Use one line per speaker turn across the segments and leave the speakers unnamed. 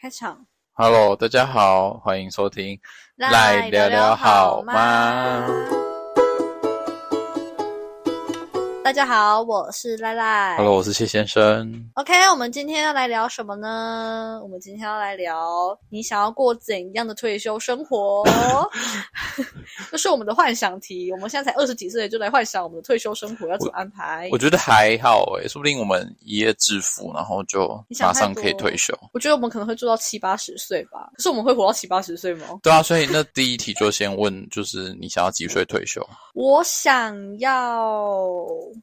开场
Hello，大家好，欢迎收听《来聊聊好吗》。
大家好，我是赖赖。
Hello，我是谢先生。
OK，我们今天要来聊什么呢？我们今天要来聊你想要过怎样的退休生 活？这是我们的幻想题。我们现在才二十几岁，就来幻想我们的退休生活要怎么安排。
我觉得还好诶，说不定我们一夜致富，然后就
你想
马
太
上可以
多
退休。
我觉得我们可能会做到七八十岁吧。可是我们会活到七八十岁吗？
对啊，所以那第一题就先问，就是你想要几岁 退休？
我想要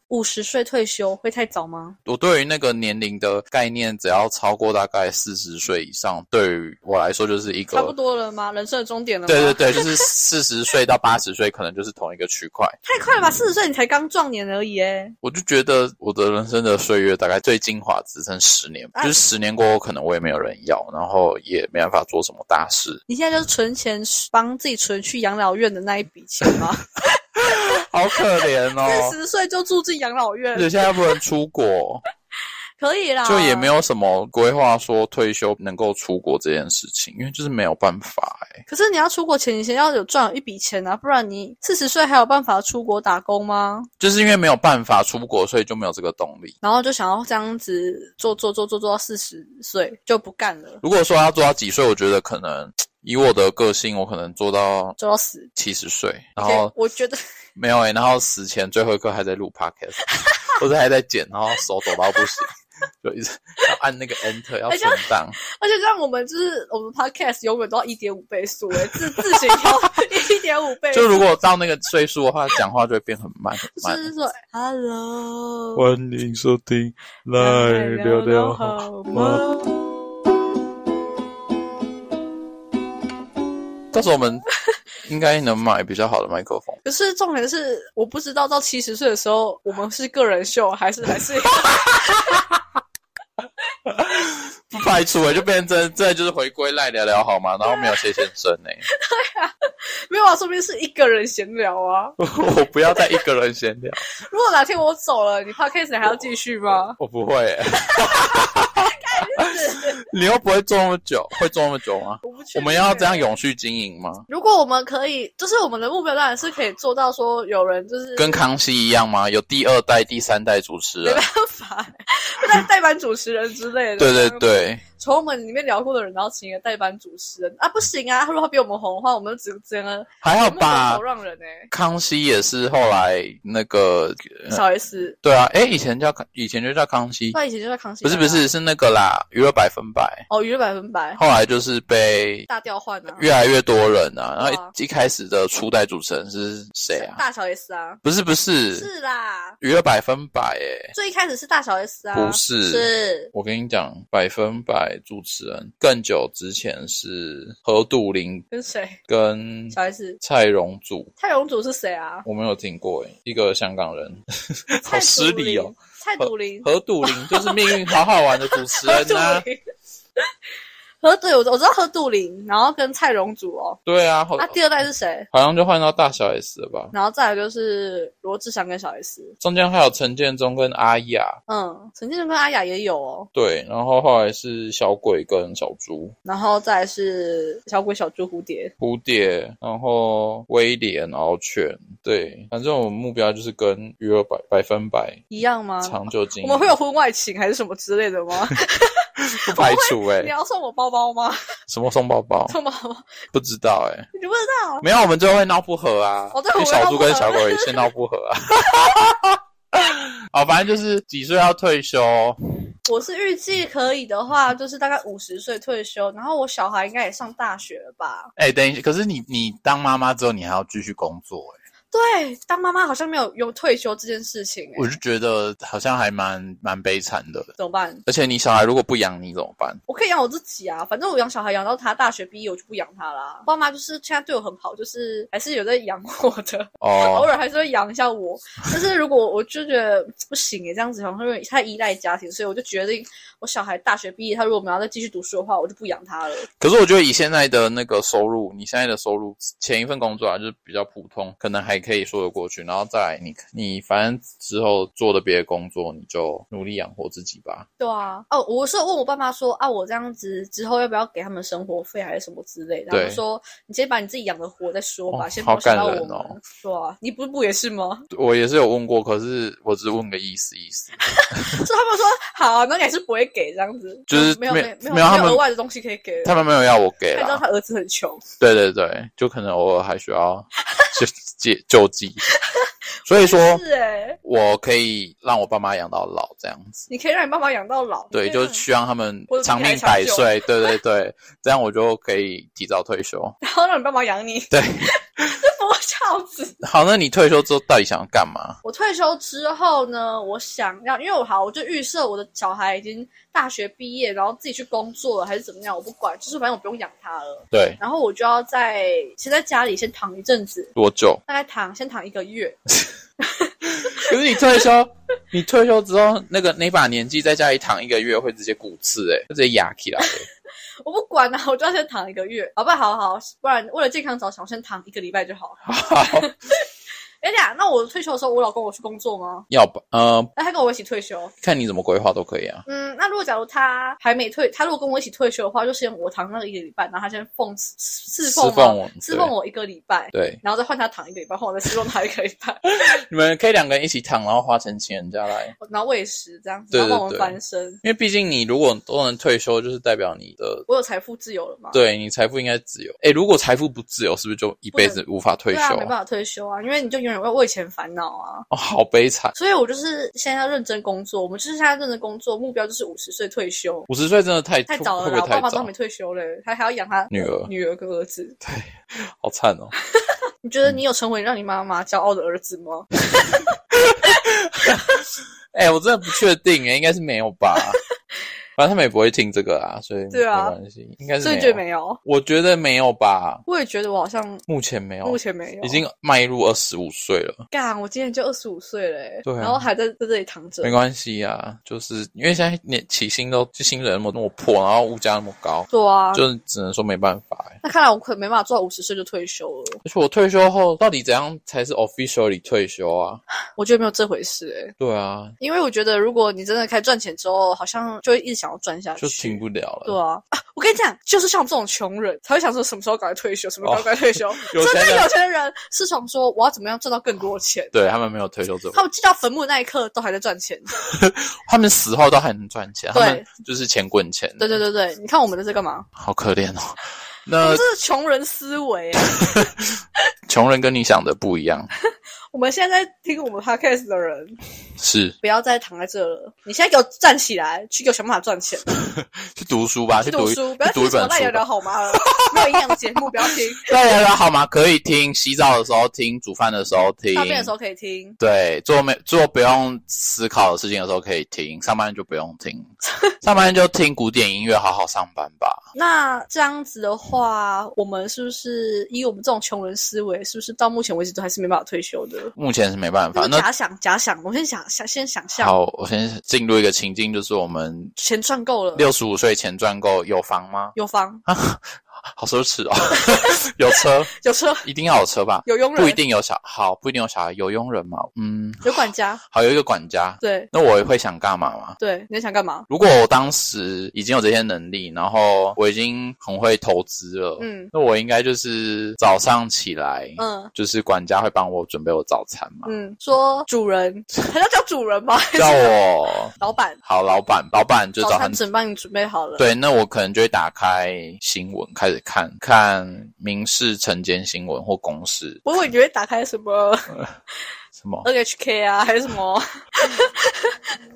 五十岁退休，会太早吗？
我对于那个年龄的概念，只要超过大概四十岁以上，对于我来说就是一
差不
个。
多了吗？人生的终点了吗？
对对对，就是四十岁到八十岁，可能就是同一个区块。
太快了吧！四十岁你才刚壮年而已，哎，
我就觉得我的人生的岁月大概最精华只剩十年，
哎
就是十年过后可能我也没有人要，然后也没办法做什么大事，
你现在就是存钱帮自己存去养老院的那一笔钱吗？
好可怜
四
哦。
十岁就住进养老院
而，且现在不能出国，
可以啦。
就也没。有什么规划说退休能够出国这件事情，因为就是没有办法哎、
可是你要出国前，你先要有赚有一笔钱啊，不然你四十岁还有办法出国打工吗？
就是因为没有办法出国，所以就没有这个动力。
然后就想要这样子做做做做做到四十岁就不干了，
如果说要做到几岁，我觉得可能以我的个性，我可能做到
做到死。
七十岁，然后
我觉得
没有哎、然后死前最后一刻还在录 podcast，或者还在剪，然后手抖到不行， 就一直要按那个 enter 要
哎这
存
样
档。
而且让我们就是我们 podcast 永远都要一点五倍速，哎，自自行 要一点五倍速
就。如果到那个岁数的话，讲话就会变很慢很
就
慢。
是说，Hello，
欢迎收听，
好
吗？到时候我们应该能买比较好的麦克风。
可是重点是，我不知道到七十岁的时候，我们是个人秀还是还是
不排除哎、就变成真真的就是回归赖聊聊好吗？然后没有谢先生哎、
没有啊？说明是一个人闲聊啊。
我不要再一个人闲聊，
如果哪天我走了，你 podcast 还要继续吗？
我不会、欸。 你又不会做那么久，会做那么久吗？
我不确定欸
我们要这样。永续经营吗？
如果我们可以，就是我们的目标当然是可以做到说有人就是
跟康熙一样吗？有第二代、第三代主持
没
人
办？法，代代班主持人之类的。
对对，对，
从我们里面聊过的人，然后请一个代班主持人啊，不行啊！如果他比我们红的话，我们只只能
还好
目光
吧
手。让人哎、
康熙也是后来那个，呃
小 S，
对啊，哎，以前叫康，以前就叫康熙，啊
他以前就在康熙，啊
不是不是，是那个啦，娱乐百分百，
哦，娱乐百分百
后来就是被
大调换啊，
越来越多人啊，然
对啊
后一一开始的初代主持人是谁啊？
大小 S 啊，
不是不是，
是啦，
娱乐百分百，哎，
最一开始是大小 S 啊，
不是
是
我跟你讲，百分百主持人更久之前是何杜林
跟谁？
跟
小 S，
蔡荣祖，
蔡荣祖是谁啊？
我没有听过诶，一个香港人，好
蔡
失
独
礼
林
哦。，
蔡独林，
何杜林就是命运好好玩的主持人啊呐、
何林。何对，我我知道何杜林，然后跟蔡荣祖哦，
对啊，好
那、第二代是谁？
好像就换到大小 S 了吧？
然后再来就是罗志祥跟小 S，
中间还有陈建忠跟阿雅，
嗯，陈建仁跟阿雅也有哦，
对，然后后来是小鬼跟小猪、
然后再来是小鬼、小猪、蝴蝶，
蝴蝶，然后威廉、敖犬，对，反正我们目标就是跟娱乐百百分百
一样吗？
长久经
啊我
营，
们会有婚外情还是什么之类的吗？
不排除哎、
你要送我包包吗？
什么送包包
送包包？
不知道哎、
你不知道？
没有，我们最后会闹不和啊。
哦对我
因为
们
小
闹不
猪
和
跟小狗也先闹不和啊。 好，反正就是几岁要退休，
我是预计可以的话，就是大概五十岁退休，然后我小孩应该也上大学了吧？
哎、等一下，可是你你当妈妈之后，你还要继续工作、哎。
对，当妈妈好像没有有退休这件事情、欸，
我就觉得好像还蛮蛮悲惨的。
怎么办？
而且你小孩如果不养你怎么办？
我可以养我自己啊，反正我养小孩养到他大学毕业，我就不养他啦。爸妈就是现在对我很好，就是还是有在养我的，偶
哦，
尔还是会养一下我。 但是如果我就觉得不行耶，这样子好像有点太依赖家庭，所以我就决定，我小孩大学毕业，他如果没有再继续读书的话，我就不养他了。
可是我觉得以现在的那个收入，你现在的收入，前一份工作啊，就是比较普通，可能还可以说得过去。然后再来你你反正之后做的别的工作，你就努力养活自己吧。
对啊，哦，我是有问我爸妈说啊，我这样子之后要不要给他们生活费还是什么之类的，他们
对
说你先把你自己养得活再说吧，
哦
先不
好
要想到
感
我
人
们。
哦
对啊，你不不也是吗？
我也是有问过，可是我只问个意思意思，
就他们说好，那你还是不会给这样子，
就是
没有
没
没有
没有他
没有
们
额外的东西可以给了。
他们没有要我给
他知道
啦。
他儿子很穷，
对对对，就可能偶尔还需要 就借救济一下。所以说，
是哎、
我可以让我爸妈养到老这样子。
你可以让你爸妈养到老。啊
对，
你可以
就
让
是希望他们
或者
长
嗯比你还
命百
长久
岁。对对 对，这样我就可以提早退休。
然后让你爸妈养你，
对，
这不孝子。
好，那你退休之后到底想要干嘛？
我退休之后呢，我想要，因为我好，我就预设我的小孩已经大学毕业，然后自己去工作了，还是怎么样，我不管，就是反正我不用养他了。
对，
然后我就要在先在家里先躺一阵子，
多久？
大概躺先躺一个月。
可是你退休，你退休之后，那个那把年纪在家里躺一个月，会直接骨刺哎、欸，就直接压起来、欸。
我不管啊了、我就要先躺一个月，好不好？好，不然为了健康着想，我先躺一个礼拜就好了。
好，
哎呀，那我退休的时候，我老公有去工作吗？
要不，呃，
那他跟我一起退休。
看你怎么规划都可以啊。
嗯，那如果假如他还没退，他如果跟我一起退休的话，就先我躺那个一个礼拜，然后他先奉侍奉
侍奉
我
我，
侍奉我一个礼拜，
对，
然后再换他躺一个礼拜，换我再侍奉他一个礼 拜，
你们可以两个人一起躺，然后花钱请人家来，
然后喂食这样子，
对
然后
对
帮我们
对
翻身。
因为毕竟你如果都能退休，就是代表你的
我有财富自由了嘛？
对你财富应该自由。哎，如果财富不自由，是不是就一辈子无法退
对
休？
啊，没办法退休啊，因为你就永远为为钱烦恼啊。
哦，好悲惨！
所以我就是现在要认真工作，我们就是现在认真工作，目标就是五十岁退休。
五十岁真的太
太早了
会
啦，我
不会
爸
太
妈都还
早
没？退休嘞，他还要养他
女儿
女儿跟儿子。
好惨哦！
你觉得
嗯
你有成为让你妈妈骄傲的儿子吗？
哎，我真的不确定哎，应该是没有 吧？反正他们也不会听这个啊，所以
对啊
没关系，应该是
所以你
没
觉得
有。啊
没有？
我觉得没有吧，
我也觉得我好像
目前没有，
目前没有，
已经迈入二十五岁了，
干，我今年就二十五岁了欸，
对啊
然后还在在这里躺着
没，关系啊，就是因为现在年起薪都就薪水那么那么破，然后物价那么高，
对啊，
就只能说没办法哎。
那看来我可能没办法做到五十岁就退休了，
而且我退休后到底怎样才是 officially 退休啊？
我觉得没有这回事哎，
对啊，
因为我觉得如果你真的开始赚钱之后，好像就会一直想要赚下
就
去
停。不了了。
对啊啊！我跟你讲，就是像这种穷人，才会想说什么时候赶快退休，什么时候赶快退休。
哦有
真
钱
正
人
有钱人是想说我要怎么样赚到更多钱，
对他们没有退休这
他们进到坟墓那一刻都还在赚钱。
他们死后都还能赚钱，他
对
们就是钱滚钱。
对对，对对，你看我们在这干嘛？
好可怜哦。
我
那
们这是穷人思维欸。
穷人跟你想的不一样，
我们现在在听我们 podcast 的人，
是
不要再躺在这了，你现在给我站起来，去给我想办法赚钱，
去读书吧，去
读
一
书，不要
去读
听
一
什么
本
赖聊聊
书吧。
好吗？ 没有营养的节目不要 听，
大家聊好吗？可以听，洗澡的时候听，煮饭的时候听，
大便的时候可以听。
对，做没做不用思考的事情的时候可以听，上班就不用听，上班就听古典音乐，好好上班吧。
那这样子的话，我们是不是以我们这种穷人思维，是不是到目前为止都还是没办法退休的？
目前是没办
那
法。
是
那
假想，假想，我先想想，先想象，
好，我先进入一个情境，就是我们
钱赚够了，
六十五岁前赚够有房吗？
有房，
好奢侈哦， 有车
有车，
一定要有车吧？
有佣人，
不一定有小好，不一定有小孩，有佣人嘛？嗯，
有管家，
好，有一个管家。
对
那我会想干嘛吗？
对，你在想干嘛？
如果我当时已经有这些能力，然后我已经很会投资了，
嗯
那我应该就是早上起来，
嗯
就是管家会帮我准备我早餐嘛，
嗯，说主人， 还要叫主人吗？
叫我
老板，
好老板，老板就
早
早
餐
餐。
准帮你准备好了。
对，那我可能就会打开新闻，开始看看民事、晨间新闻或公事
我以为你会打开什么
什么，
NHK 啊，还是什么？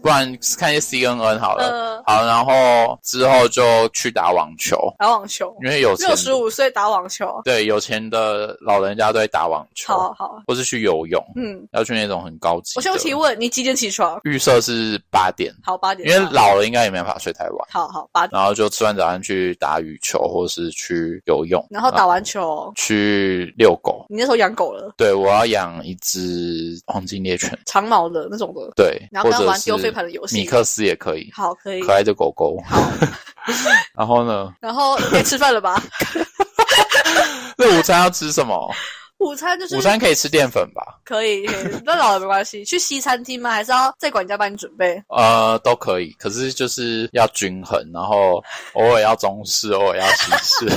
不然看一些 CNN 好了。
呃，
好，然后之后就去打网球，
打网球，
因为有钱
六十五岁打网球，
对有钱的老人家都会打网球，
好好，
或是去游泳，
嗯，
要去那种很高级的。
我先提问，你几点起床？
预设是八点，
好，八点
因
吧。
为老了应该也没办法睡太晚，
好好八点，
然后就吃完早餐去打羽球，或是去游泳，
然后打完球，
去遛狗。
你那时候养狗了，
对，我要养一只黄金猎犬，
长毛的那种的，
对，
然后跟
或
它
者
玩
是
丢飞盘的游戏
米克斯也可以，
好，可以
可。爱的狗狗。
好，
然后呢，
然后该吃饭了吧？
那午餐要吃什么？
午餐就是
午餐可以吃淀粉吧？
可以，可以那老了没关系。去西餐厅吗？还是要在管家帮你准备？
呃，都可以，可是就是要均衡，然后偶尔要中式，偶尔要西式，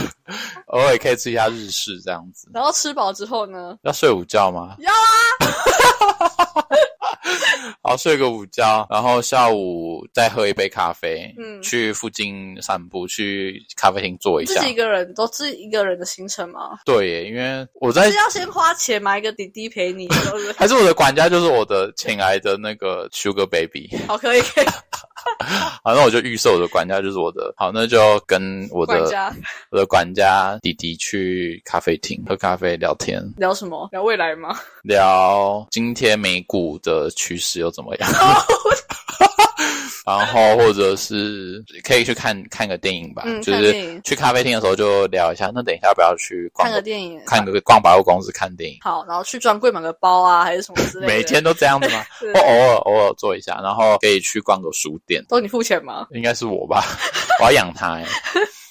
偶尔可以吃一下日式这样子。
然后吃饱之后呢？
要睡午觉吗？
要啊
啊。 好，睡个午觉，然后下午再喝一杯咖啡，
嗯
去附近散步，去咖啡厅坐一
自
下
己一。个人都自己一个人的行程吗？
对耶，因为我在
是要先花钱买一个弟弟陪你，是不是
还是我的管家就是我的请来的那个 Sugar Baby，
好，可以，可以，
好，那我就预设我的管家就是我的，好，那就跟我
管
的
家
我的管家弟弟去咖啡厅喝咖啡聊天，
聊什么？ 聊未来 吗？
聊今天美股的趋势又怎么样，
哦
然后或者是可以去看看个电影吧，
嗯
就
看电
是
影
去咖啡厅的时候就聊一下，那等一下要不要去逛
看个电影，
看个逛百货公司看电影，
好，然后去专柜买个包啊，还是什么之类的。
每天都哦这样 子吗？
对
或偶尔偶尔做一下，然后可以去逛个书店。
都你付钱吗？
应该是我吧， 我要养它、欸。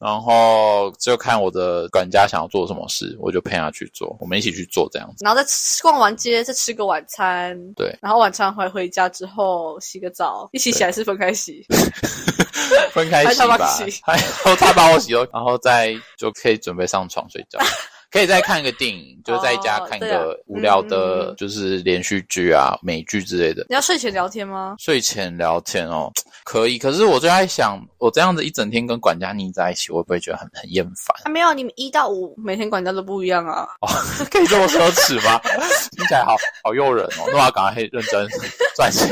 然后就看我的管家想要做什么事，我就陪他去做，我们一起去做这样子。
然后再吃逛完街，再吃个晚餐，
对，
然后晚上回回家之后洗个澡，一起洗
对
还是分开洗？
分开洗
还
吧
他帮你洗，
还有他帮我洗哦， 然后再就可以准备上床睡觉， 可以再看个电影，就在家看
对啊
个无聊
嗯嗯
的，就是连续剧啊、美剧之类的。
你要睡前聊天吗？
睡前聊天哦，可以。可是我就在想，我这样子一整天跟管家腻在一起，我会不会觉得很很厌烦？
啊，没有，你们一到五每天管家都不一样啊。
可以这么奢侈吗？ 听起来好好诱人哦，那我要赶快认真赚 钱。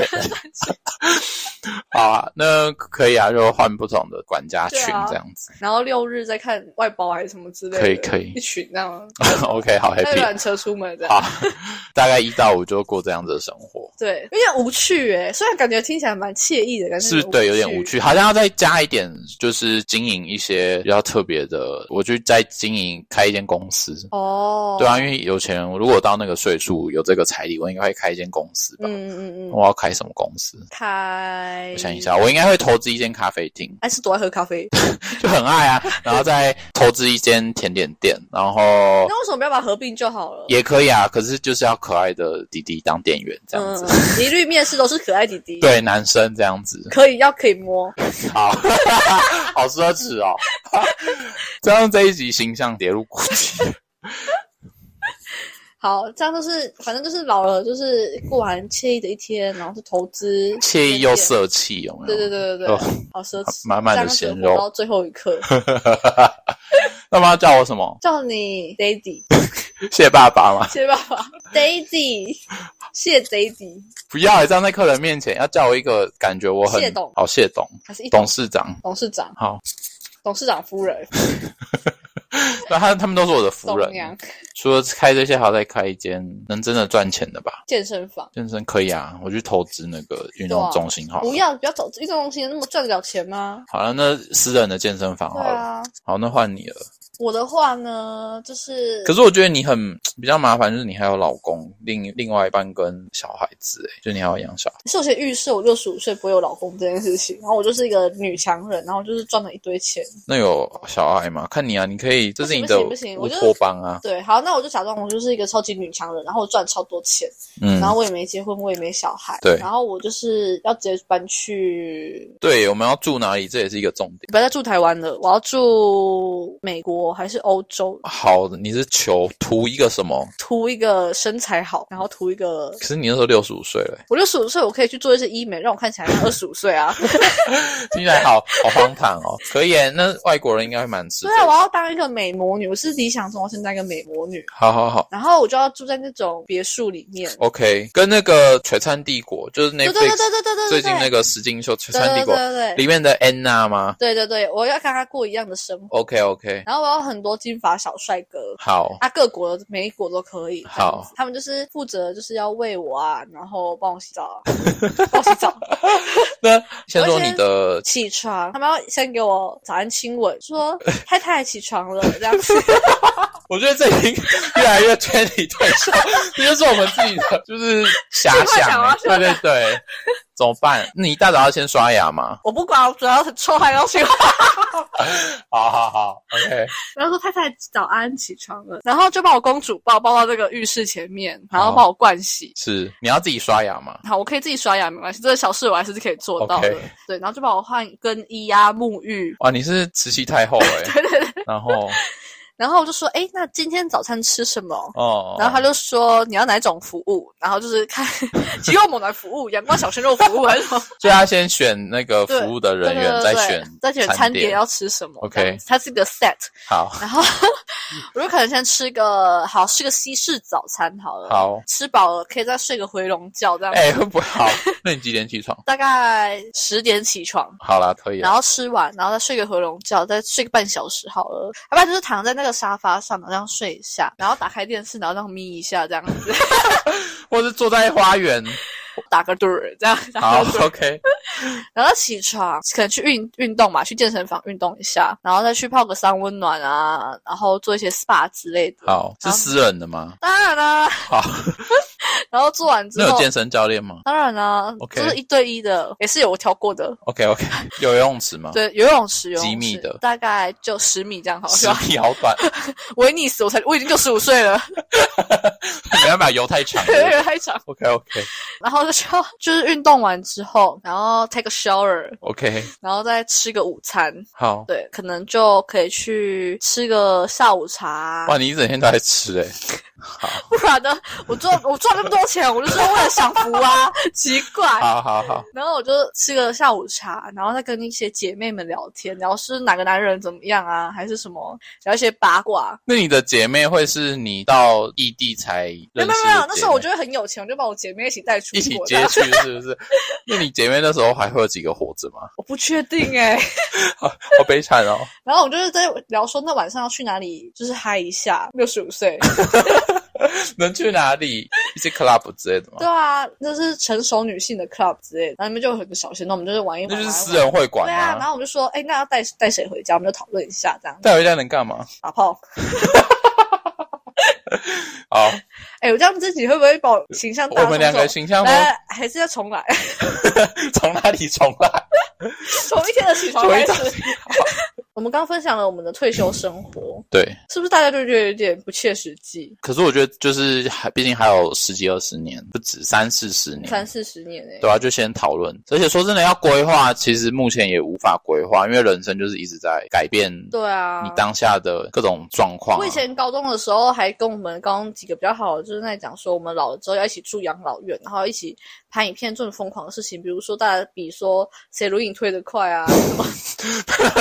好啊，那可以啊，就换不同的管家群
对啊
这样子。
然后六日再看外包还是什么之类的，
可以可以哎
一群那样，
OK，好
开
happy。
缆车出门这样。
好，大概一到五就过这样子的生活，
对，有点无趣诶，虽然感觉听起来蛮惬意的，感觉
是不是？对，有点无。趣，好像要再加一点，就是经营一些比较特别的。我去再经营开一间公司。
哦，
对啊，因为有钱人，如果我到那个岁数有这个财力，我应该会开一间公司吧？
嗯嗯嗯嗯，
我要开什么公司？
开，
我想一下，，我应该会投资一间咖啡厅，
还是躲在喝咖 啡。
就很爱啊，然后再投资一间甜点店，然后
那为什么不要把它合并就好了？
也可以啊，可是就是要可爱的弟弟当店员这样子，
嗯，一律面试都是可爱弟弟。，
对，男生这样子，
可以要可以摸，
好， 好奢 侈哦，这样这一集形象跌入谷 底。
好，这样就是反正就是老了，就是过完惬意的一天，然后是投资，
惬意又色气，有没有？
对对对对对，
哦
好奢侈，
满满的
这样子
咸肉
活到最后一 刻，
那么要叫我什么？
叫你 Daddy，
谢爸爸吗？
谢爸爸 Daddy，谢 Daddy，
不要、这样在客人面前要叫我一个感觉我很
谢董
好，谢董
还是一
董 事长。
董事长，
好，
董事长夫人，
那他他们都是我的夫
董
人，
娘，
除了开这些，还要再开一间能真的赚钱的吧？
健身房。
健身可以啊，我去投资那个运动中心好
啊
了。
不要，不要走运动中心，那么赚得了钱吗？
好了，那私人的健身房
对
好了。
啊，
好，那换你了。
我的话呢，就是
可是我觉得你很比较麻烦，就是你还有老公，另另外一半跟小孩子、欸，就你还要养小孩。
是我先预设我六十五岁不会有老公这件事情，然后我就是一个女强人，然后就是赚了一堆钱。
那有小孩吗？看你啊，你可以，这是你
不
的
行不行我
乌
就是
托邦啊。
对，好，那我就假装我就是一个超级女强人，然后我赚超多钱，
嗯
然，后我也没结婚，我也没小孩，
对
然后我就是要直接搬去，
对，我们要住哪里？这也是一个重点。
不要再住台湾了，我要住美国还是欧洲，
好，你是求图一个什么？
图一个身材好，然后图一个。
可是你那时候六十五岁了、欸，
我六十五岁，我可以去做一些医美，让我看起来像二十五岁啊！
听起来好好荒唐哦。可以、欸，那外国人应该会蛮吃。
对啊，我要当一个美魔女，我是理想中要先当一个美魔女，
好好好。
然后我就要住在那种别墅里面，
OK，跟那个《璀璨帝国》就是那
对对对对对对对，
最近那
个
个石金秀《璀
对
璨帝
对
国》
对对
里面的安娜吗
对对对，我要跟他过一样的生活，
？OK OK，
然后我要很多金发小帅哥。
好，
啊，各国的每一国都可以。
好
这样子，他们就是负责就是要喂我啊，然后帮我洗澡啊，帮我洗澡，
那先说你的
起床。他们要先给我早安亲吻，说太太起床了这样子。
我觉得这已经越来越偏离对象， 这就是我们自己的就是遐
计划想
想、
啊
欸，对对对，怎么办？你一大早要先刷牙吗？
我不管，我主要是臭还要洗。
好好好，OK，对，
然后说太太早安起床了，然后就把我公主抱抱到这个浴室前面，然后
哦
把我灌洗。
是你要自己刷牙吗？
好，我可以自己刷牙，没关系，这个小事我还是可以做到的。
OK
对，然后就把我换更衣啊、沐浴，
哇，你是慈禧太后 哎、然后
然后我就说，哎，那今天早餐吃什么？
哦，
然后他就说你要哪种服务，然后就是看 肌肉猛男服务、阳光小鲜肉服务，还是什么
所以他先选那个服务的人员，
对对对
再
对
选
再选
餐
餐点要吃什么
OK
这样子它是一个 set，
好，
然后我就可能先吃个好吃个西式早餐好了，
好
吃饱了可以再睡个回笼觉这样子，
哎、会不会 好？那你几点起床？
大概十点起床。
好啦，可以啊
然
了。
后吃完，然后再睡个回笼觉，再睡个半小时好了。要不然就是躺在那个沙发上，然后这样睡一下，然后打开电视，然后这样眯一下，这样子
或是坐在花园，
打个盹儿，这样打
好
个盹儿。
，OK，
然后起床，可能去运运动嘛，去健身房运动一下，然后再去泡个桑温暖啊，然后做一些 SPA 之类的。
好，是
好
私人的吗？
当然啦、
好，
然后做完之
那有
后，
健身教练吗
当然啦、
OK
这是一对一的，也是有挑过的。
？OK OK，有游泳池吗？，
对，游泳池，游泳池
几米的
大概就十米这样，好
十
像。
米好 短，
维尼斯，我才我已经六十五岁 了，
没办法游太长
有
了。
点太长。
OK OK
然后就 需要就是运动完之后，然后 take a shower，
OK，
然后再吃个午餐。
好。
对，啊可能就可以去吃个下午茶。
哇，你一整天都在吃哎、
不然呢？我赚我赚那么多钱，我就是为了享福啊， 奇怪。
好好好，
然后我就吃个下午茶，然后再跟一些姐妹们聊天，聊是哪个男人怎么样啊，还是什么，聊一些八卦。
那你的姐妹会是你到异地才
没
认
有
识的姐妹？
没有没有，那时候我觉得很有钱，我就把我姐妹一起带出
一起
国
接
的。
去 是不是？那你姐妹那时候还会有几个活着吗？
我不确定哎、
好悲惨 哦！
然后我就是在聊说，那晚上要去哪里，就是嗨一下。六十五岁，
能去哪里？一些 club 之类的
对
吗？
啊，那是成熟女性的 club 之类的，然后你们就有很多小鲜肉，我们就是玩一玩。
那就是
玩一玩
私人会馆
对啊，然后我们就说，哎，那要带带谁回家？我们就讨论一下，这样
带回家能干嘛？
打炮。
好，
哎、我这样自己会不会把我形象大
呃我们两个
重
形象
塑
都
来，还是要重来，
从哪里重来？
从一天的起床
从
开
一早
始。 我们刚分享了我们的退休生活，
对，
是不是大家就觉得有点不切实际？
可是我觉得就是还，毕竟还有十几二十年，不止三四十年，
三四十年哎、
对啊，就先讨论。而且说真的，要规划，其实目前也无法规划，因为人生就是一直在改变。
对啊，
你当下的各种状况、啊
我以，前高中的时候还跟我们高中几个比较好的，就是在讲说我们老了之后要一起住养老院，然后一起拍影片做很疯狂的事情，比如说大家比说谁轮椅推得快 啊，什么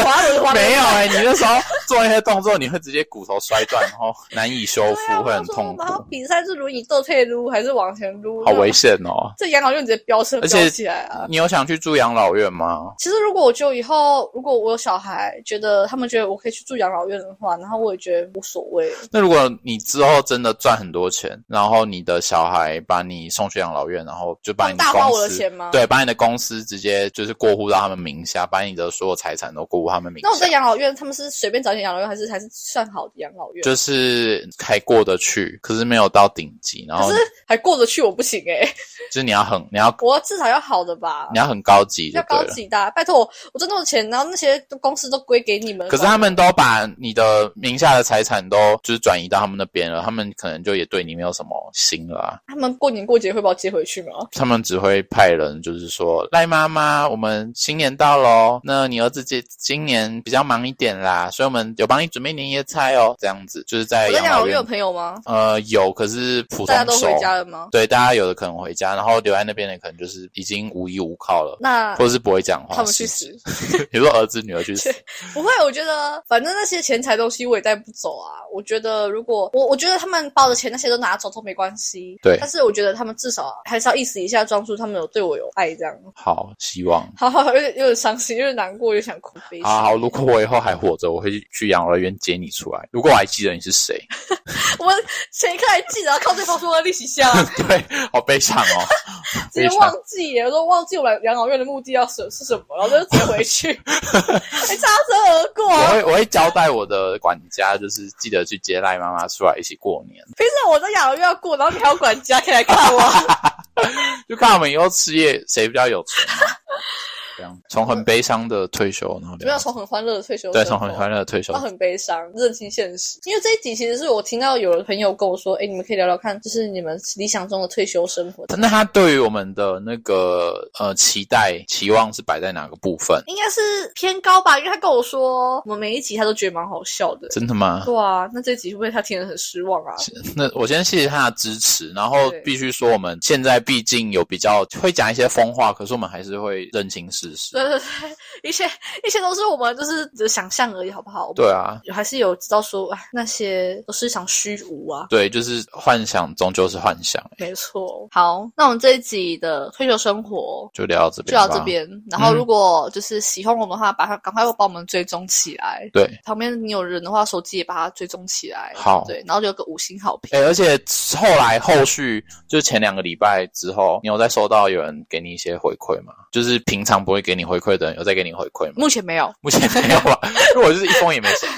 滑轮滑轮
没有哎、你那时候做一些动作，你会直接骨头摔断，然后难以修
对啊，
复，会
我
很
就说
痛
然后
苦，
比赛是轮椅倒退撸还是往前撸，
好
那
危险哦。
这养老院直接飙车
而且
飙起来啊！
你有想去住养老院吗？
其实如果我就以后如果我有小孩，觉得他们觉得我可以去住养老院的话，然后我也觉得无所谓。
那如果你之后真的赚很多钱，然后你的小孩把你送去养老院，然后就把你的
他们大花
公
我的
司
钱吗
对，啊把你的公司直接就是过户到他们名下，把你的所有财产都过户他们名
那我在
下，
养老院，他们是随便找一间养老院，还是还是算好的养老院？
就是还过得去，可是没有到顶级，然后
可
就是
还过得去，我不行哎、
是你要很你要
我至少要好的吧，
你要很高级就
要
对
高
了。
级的啊、拜托我，我挣那么多钱，然后那些公司都归给你们。
可是他们都把你的名下的财产都就是转移到他们那边了，他们可能就也对你没有什么心了啊。
他们过年过节会把我接回去吗？
他们只会派人，就是说赖妈妈，我们新年到喽，那你儿子今今年比较忙一点啦，所以我们有帮你准备年夜菜哦，这样子就是在
我在
养
养老
老
院有
院，
朋友吗？
呃，有，可是普
大家
通
都
熟
回，家了吗？
对，大家有的可能回家，然后留在那边的可能就是已经无依无靠了，
那
或者是不啊会讲话，
啊他们去死？
是， 比如说儿子女儿去死，
不会，我觉得反正那些钱财东西我也带不走啊。我觉得如果我我觉得他们把我的钱那些都拿走都没关系，
对
但是我觉得他们至少还是要意思一下，装出他们有对我有爱这样。
好，希望。
好好，有点有点伤心，有点难过，有点想哭悲伤。
好好，如果我以后还活着，我会去养老院接你出来。如果我还记得你是谁，
我们前一刻还记得，啊靠对方说要利息下，
对，好悲伤哦，
直接啊忘记耶，我都忘记我来养老院的目的要是是什么，然后就直接回去， 还擦身而过。啊
我会我会交代我的管家，就是记得去接赖妈妈出来一起过 年，
凭什么我在养老院要过，然后你还要管 家可以来看我？啊
就看我们以后吃业谁比较有钱嘛。啊这样从很悲伤的退休，然后
没有从很欢乐的退休
对
生
从
活
很快乐的退休
那，很悲伤，认清现实。因为这一集其实是我听到有的朋友跟我说，哎，你们可以聊聊看，就是你们理想中的退休生活。
那他对于我们的那个呃期待期望是摆在哪个部分？
应该是偏高吧，因为他跟我说，我们每一集他都觉得蛮好笑的。
真的吗？
对啊，那这集会不会他听得很失望啊？
那我先谢谢他的支持，然后
对
必须说，我们现在毕竟有比较会讲一些疯话，可是我们还是会认清事实
对。对对，一切一切都是我们就是只想象而已，好不好？我们
对啊，
还是有知道说，哎，那些都是一场虚无啊。
对，就是幻想终究是幻想，
没错。好，那我们这一集的退休生活
就聊到这
就
边，
到这。边。然后，
嗯
如果就是喜欢我们的话，把它赶快帮我们追踪起来。
对，
旁边你有人的话，手机也把它追踪起来。
好
对，然后留个五星好评。
哎、而且后来后续就是前两个礼拜之后，你有在收到有人给你一些回馈吗？就是平常不会给你回馈的人，有在给你回馈吗？
目前没有，
目前没有吧，因为我就是一封也没收。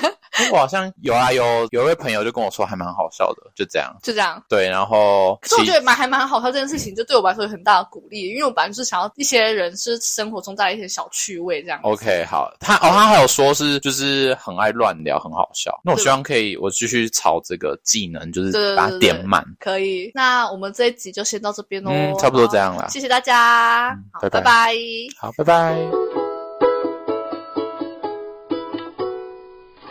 我好像有啊，有有一位朋友就跟我说还蛮好笑的，就这样。
就这样。
对，然后
可是我
其
觉得蛮还蛮好笑这件事情，就对我来说有很大的鼓励，因为我本来就是想要一些人是生活中带来一些小趣味这样。
OK，好，他哦，他还有说是就是很爱乱聊，很好笑。那我
对
希望可以我继续朝这个技能，就
对对
是把
对对
它点满。
可以，那我们这一集就先到这边喽、
嗯嗯，差不多这样啦
好。谢谢大家，好，
拜拜
拜拜
好，拜拜。